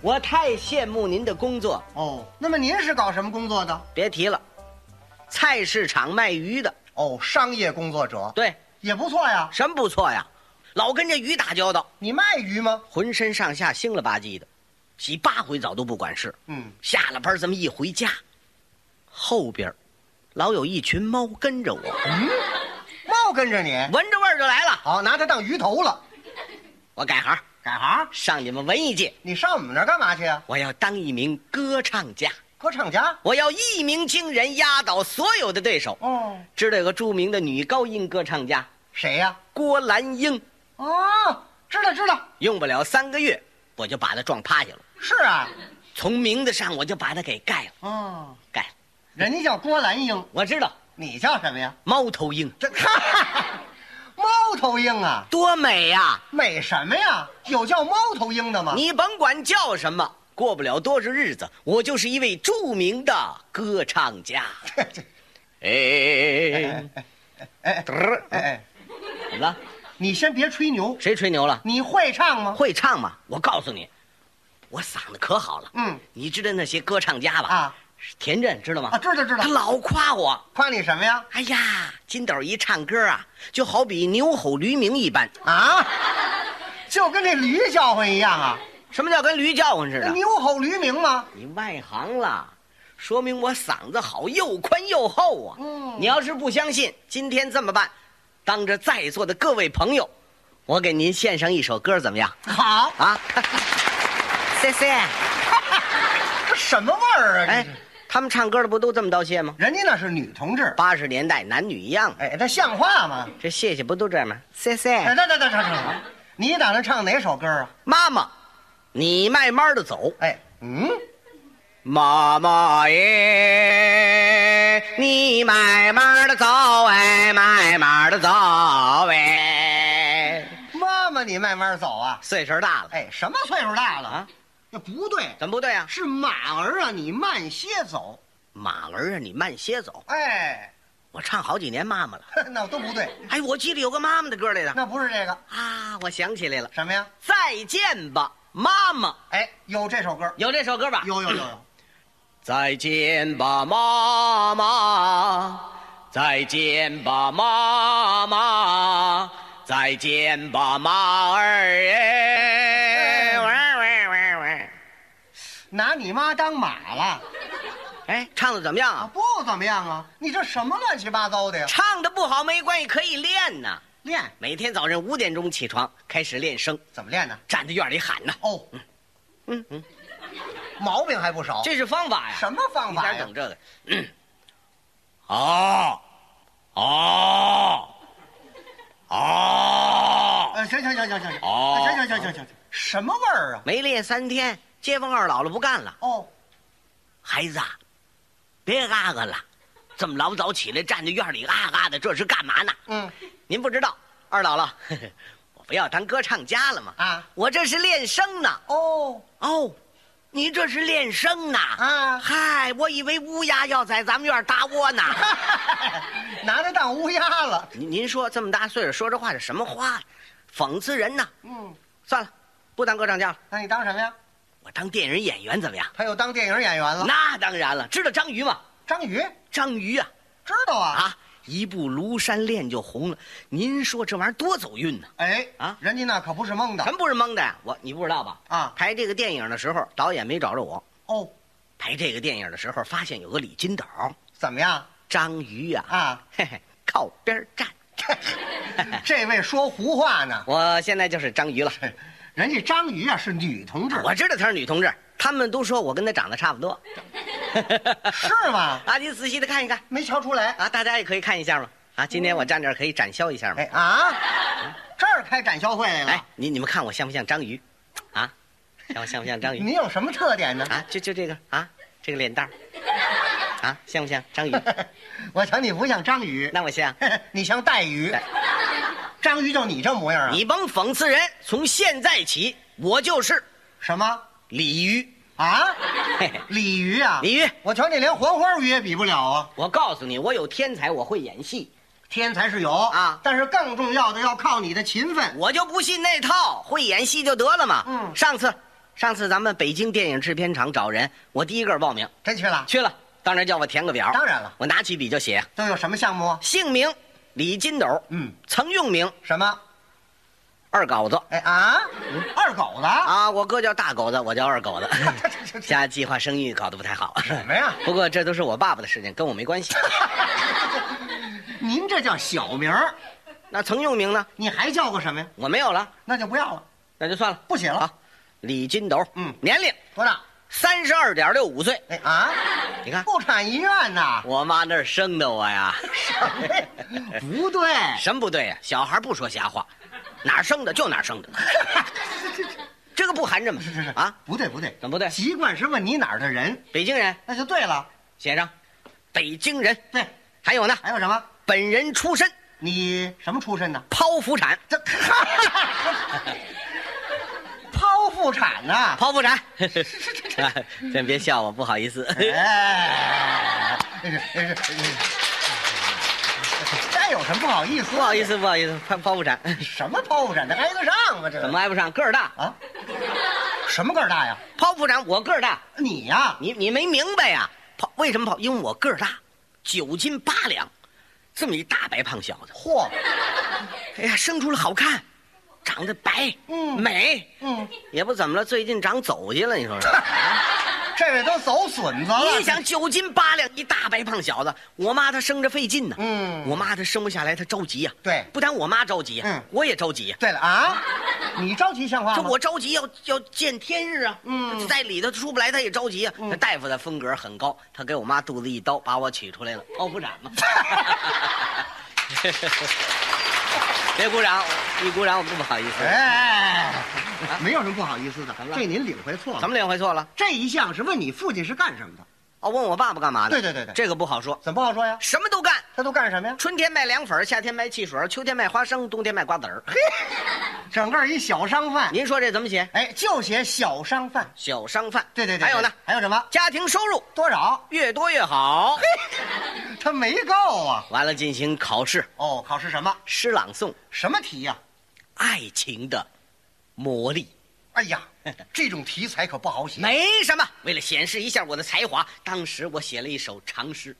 我太羡慕您的工作，哦，那么您是搞什么工作的？别提了，菜市场卖鱼的，哦，商业工作者，对，也不错呀。什么不错呀，老跟这鱼打交道，你卖鱼吗？浑身上下腥了吧唧的，洗八回澡都不管事。嗯，下了班这么一回家，后边儿老有一群猫跟着我，嗯猫跟着你，闻着味儿就来了。好，拿它当鱼头了。我改行改行，上你们文艺界，你上我们那儿干嘛去啊？我要当一名歌唱家，歌唱家。我要一鸣惊人，压倒所有的对手。哦，知道有个著名的女高音歌唱家谁呀、郭兰英，哦，知道知道，用不了三个月，我就把她撞趴下了。是啊。从名字上我就把她给盖了，哦，盖了。人家叫郭兰英，我知道你叫什么呀？猫头鹰这 哈，猫头鹰啊，多美呀、美什么呀？有叫猫头鹰的吗？你甭管叫什么，过不了多少日子，我就是一位著名的歌唱 家。这这，哎，哎 哎哎，怎么了？你先别吹牛，谁吹牛了？你会唱吗？会唱吗？我告诉你，我嗓子可好了。嗯你知道那些歌唱家吧？啊田震知道吗？啊，知道知道他。老夸我。夸你什么呀？哎呀，金斗一唱歌啊，就好比牛吼驴鸣一般。啊，就跟这驴叫唤一样啊，什么叫跟驴叫唤似的？牛吼驴鸣吗？你外行了，说明我嗓子好，又宽又厚啊。嗯你要是不相信，今天这么办，当着在座的各位朋友，我给您献上一首歌，怎么样？好，啊，C C，这什么味儿啊？哎哎，，他们唱歌的不都这么道谢吗？人家那是女同志，八十年代男女一样，哎，这像话吗？这谢谢不都这样吗？C 哎， C，等等等等等，你打算唱哪首歌啊？妈妈，你慢慢的走，哎，嗯，妈妈耶，你慢慢的走哎，慢慢的走哎。妈妈，你慢慢走啊。岁数大了，哎，什么岁数大了啊？这不对，怎么不对啊？是马儿啊，你慢些走。马儿啊，你慢些走。哎， 我唱好几年妈妈了。那都不对，哎，我记得有个妈妈的歌来着那不是这个啊，我想起来了，什么呀？再见吧，妈妈，哎，有这首歌，有这首歌吧？有有 有有。再见吧，妈妈，再见吧，妈妈，再见吧，妈儿耶！喂喂喂喂，拿你妈当马了哎，唱的怎么样啊？啊？不怎么样啊！你这什么乱七八糟的呀？唱的不好没关系，可以练呐。练每天早晨五点钟起床，开始练声，怎么练呢？站在院里喊呐。哦，嗯嗯，毛病还不少。这是方法呀。什么方你法哪呀整？这个？啊啊啊！呃，行行行行行行，哦行行行行行行，什么味儿啊？没练三天，街坊二老了不干了，哦，孩子啊，别啊啊了，这么老早起来站在院里啊啊的，这是干嘛呢？嗯您不知道，二姥姥， 呵呵我不要当歌唱家了吗？啊，我这是练声呢。哦哦，你这是练声呢？啊， 嗨，我以为乌鸦要在咱们院搭窝呢。 拿它当乌鸦了。您您说这么大岁数说这话是什么话？讽刺人呢！嗯，算了，不当歌唱家了，那你当什么呀？我当电影演员怎么样？他又当电影演员了。那当然了，知道章鱼吗？章鱼章鱼啊知道啊？啊，一部《庐山恋》就红了。您说这玩意儿多走运呢、哎啊人家那可不是蒙咱的不是蒙的呀，我你不知道吧？啊。拍这个电影的时候，导演没找着我。哦，拍这个电影的时候，发现有个李金斗，怎么样章鱼啊， 啊？嘿嘿，靠边儿站。这位说胡话呢。 我现在就是章鱼了。人家章鱼啊是女同志，我知道她是女同志，他们都说我跟她长得差不多。 是吗？啊，你仔细的看一看。没瞧出来。啊，大家也可以看一下嘛。啊，今天我站这儿可以展销一下嘛哎。啊，这儿开展销会来哎了。，你你们看我像不像章鱼？啊，看我像不像章鱼？你有什么特点呢？ 啊，就就这个啊，这个脸蛋儿，啊，像不像章鱼？我瞧你不像章鱼，那我像。 你像带鱼带。章鱼就你这模样啊？哎你甭讽刺人，从现在起我就是什么鲤鱼。 啊？嘿嘿，鲤鱼啊？鲤鱼，我瞧你连黄花鱼也比不了啊！我告诉你，我有天才，我会演戏，天才是有啊但是更重要的要靠你的勤奋。我就不信那套，会演戏就得了嘛。嗯上次上次咱们北京电影制片厂找人，我第一个报名真去了？去了，当然叫我填个表。当然了，我拿起笔就写都有什么项目？姓名李金斗，嗯，曾用名什么？二狗子哎啊，二狗嗯 子？啊，我哥叫大狗子，我叫二 狗子。这这这这家计划生育搞得不太 好，什么呀？不过这都是我爸爸的事情，跟我没关 系。您这叫小名儿，那曾用名呢？你还叫过什么呀？我没有了，那就不要了，那就算了。不写了。好，李金斗，嗯年龄多大？三十二点六五岁。哎啊，你看，妇产医院呐？我妈那儿生的我 呀。不对，什么不对呀、小孩不说瞎话，哪儿生的就哪儿 生的，这个不含着吗是是是？啊，不对不对，怎么不对？籍贯是问你哪儿的人，北京人那就对了。写上，北京人。对，还有呢，还有什么？本人出身你什么出身呢？剖腹产，这剖腹产呐、剖腹 产。先哎别笑我，不好意思。 哎，这有什么不好意思？不好意，思，不好意思，剖剖腹产，什么剖腹产这挨得上吗？这怎么挨不上？个儿大，啊？什么个儿大呀？剖腹产我个儿大，你呀、你你没明白呀、剖为什么剖？因为我个儿大，九斤八两，这么一大白胖小子。嚯，哎呀，生出来好看，长得白，嗯美，嗯，也不怎么了，最近长走去了，你 说说？这位都走损子了。你想九斤八两一大白胖小子，我妈她生着费劲呢、嗯我妈她生不下来，她着急呀、对不但我妈着急呀、嗯我也着急呀、对了啊，你着急像话这吗？我着急要要见天日啊，啊嗯在里头出不来，她也着急呀、那大夫的风格很高，他给我妈肚子一刀，把我取出来了，剖腹产 嘛。别鼓掌，一鼓掌我不好意思。哎，没有什么不好意思的怎么，了这您领会错怎了。么领会错了？这一项是问你父亲是干什么的，哦，问我爸爸干嘛的？对对对对这个不好说，怎么不好说呀？什么都干。他都干什么呀？春天卖凉粉儿，夏天卖汽水儿，秋天卖花生，冬天卖瓜子儿。整个一小商贩，您说这怎么写？哎，就写小商贩。小商贩。对对对，还有呢，对，还有什么？家庭收入多少？ 越多越好。他没够啊！完了，进行考试，哦，考试什么？诗朗诵《什么题呀、爱情的魔力哎呀，这种题材可不好》。写。没什么，为了显示一下我的才华，当时我写了一首长诗。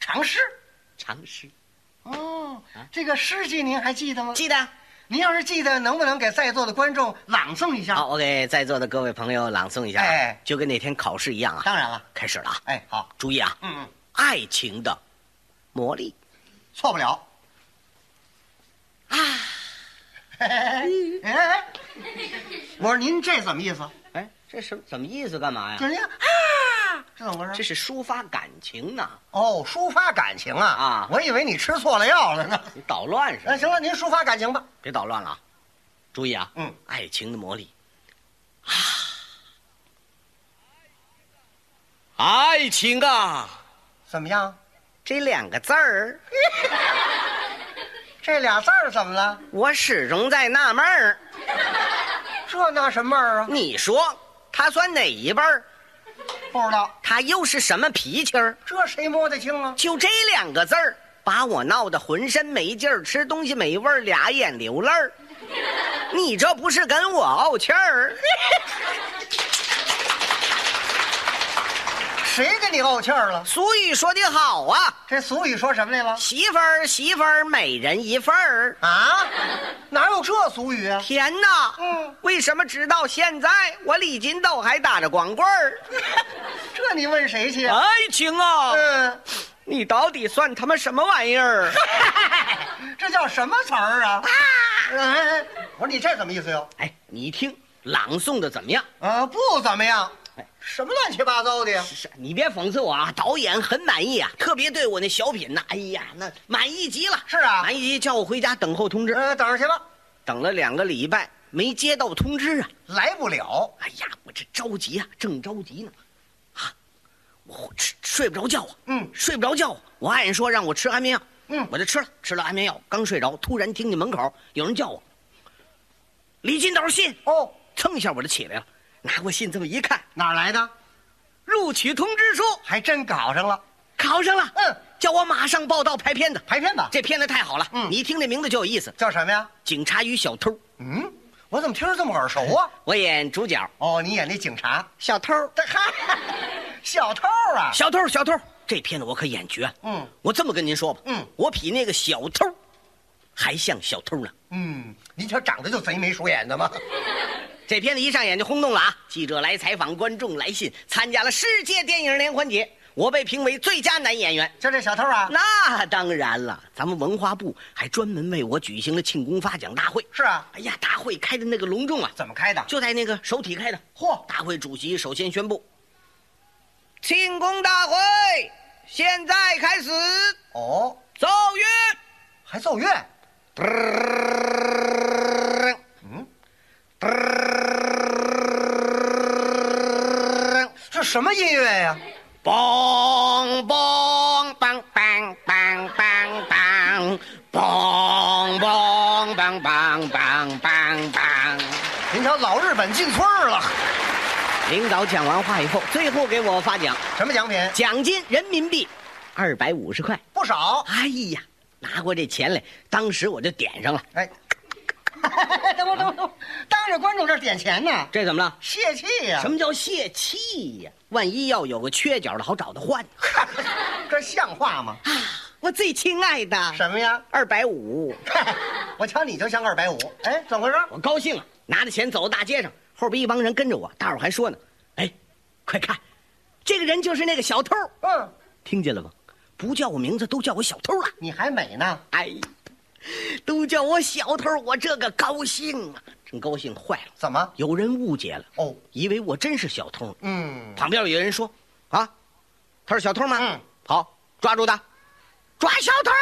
尝试。长诗哦，这个诗句您还记得吗？啊记得啊您要是记得，能不能给在座的观众朗诵一下？好，我给在座的各位朋友朗诵一下啊，哎就跟那天考试一样啊。当然了。开始了啊，哎，好，注意啊，嗯嗯，爱情的魔力。错不了。啊，啊哎，我说您这怎么意思？哎，这什么什么意思？干嘛呀？就是您啊，这怎么回这事？是抒发感情呢，哦，抒发感情啊啊我以为你吃错了药 了呢。你捣乱是吧那？行了，您抒发感情吧。别捣乱了啊！注意啊，嗯，爱情的魔力。啊，爱情啊，怎么样？这两个字儿，这俩字儿怎么了？我始终在纳闷儿。这那什么儿啊？你说他算哪一辈儿？不知道，他又是什么脾气儿？这谁摸得清啊？就这两个字儿，把我闹得浑身没劲儿，吃东西没味儿，俩眼流泪儿。 你这不是跟我怄气儿？谁跟你怄气儿了？俗语说得好啊，这俗语说什么来了？媳妇儿媳妇儿，每人一份儿。啊？哪有这俗语啊？天哪！嗯为什么直到现在我李金斗还打着光棍儿？这你问谁去？啊？爱情啊，嗯，你到底算他妈什么玩意儿？这叫什么词儿啊？哎，我说你这怎么意思哟？哎，你听朗诵的怎么样？呃，不怎么样哎，什么乱七八糟的呀？是你别讽刺我啊，导演很满意啊，特别对我那小品呐、哎呀，那满意极了。是啊满意极，叫我回家等候通知，呃，等着去吧，等了两个礼拜没接到通知啊。来不了。哎呀，我这着急啊，正着急呢，啊，我吃睡不着觉啊，嗯睡不着觉啊。我爱人说让我吃安眠药，嗯我就吃了，吃了安眠药，刚睡着，突然听见门口有人叫我，李金斗信，哦，蹭一下我就起来了，拿过信这么一看，哪儿来的？录取通知书，还真搞上了。考上了，嗯，叫我马上报道拍片子，排片吧，这片子太好了，嗯你一听这名字就有意思，叫什么呀？警察与小偷。嗯，我怎么听着这么耳熟啊？我演主角，哦，你演那警察，小偷，这嗨，小偷啊！小偷，小偷。这片子我可演绝。嗯我这么跟您说吧，嗯，我比那个小偷还像小偷呢。嗯，您瞧长得就贼眉鼠眼的嘛。这片子一上演就轰动了啊！记者来采访，观众来信，参加了世界电影联欢节，我被评为最佳男演员。就这小偷啊，那当然了，咱们文化部还专门为我举行了庆功发奖大会。是啊，哎呀，大会开的那个隆重啊，怎么开的？就在那个首体开的。嚯，大会主席首先宣布，庆功大会现在开始，哦，奏乐。还奏乐。嗯，这什么音乐呀、梆梆梆梆梆梆梆，梆梆梆梆梆梆梆。您瞧，老日本进村儿了，领导讲完话以后，最后给我发奖，什么奖品？奖金人民币二百五十块。不少。哎呀，拿过这钱来，当时我就点上了。哎， 等会儿等会儿等会儿，当着观众这儿点钱呢，这怎么了？泄气呀、什么叫泄气呀、万一要有个缺角的，好找他 换。 这像话吗？我最亲爱的，什么呀？ 二百五，我瞧你就像二百五。哎，怎么回事？我高兴啊，拿着钱走到大街上，后边一帮人跟着我，大伙儿还说呢：“哎，快看，这个人就是那个小偷，嗯，听见了吗？不叫我名字，都叫我小偷了。你还美呢。哎，都叫我小偷，我这个高兴啊，真高兴坏了。怎么？有人误解了，哦，以为我真是小偷。嗯，旁边有人说：‘啊，他是小偷吗？’嗯，好，抓住他，抓小偷！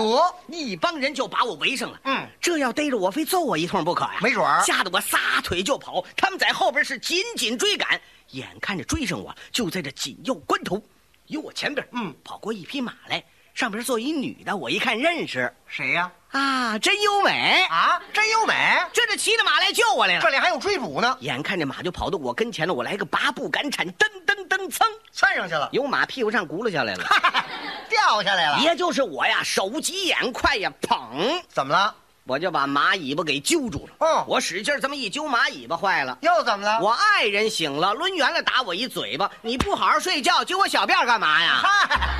得，一帮人就把我围上了。嗯，这要逮着我，非揍我一通不可呀！没准儿吓得我撒腿就跑，他们在后边是紧紧追赶，眼看着追上我，就在这紧要关头，由我前边，嗯，跑过一匹马来，上边坐一女的，我一看认识谁呀、啊，真优美，啊，真优美，这就骑着马来救我来这了。里还有追捕呢，眼看着马就跑到我跟前了，我来个拔步赶铲，噔噔噔噌，窜上去了，由马屁股上轱辘下来了。 掉下来了。也就是我呀，手疾眼快呀，捧怎么了？我就把马尾巴给揪住了。嗯我使劲儿这么一揪，马尾巴坏了。又怎么了？我爱人醒了，抡圆了打我一嘴巴。你不好好睡觉，揪我小辫儿干嘛呀？嗨，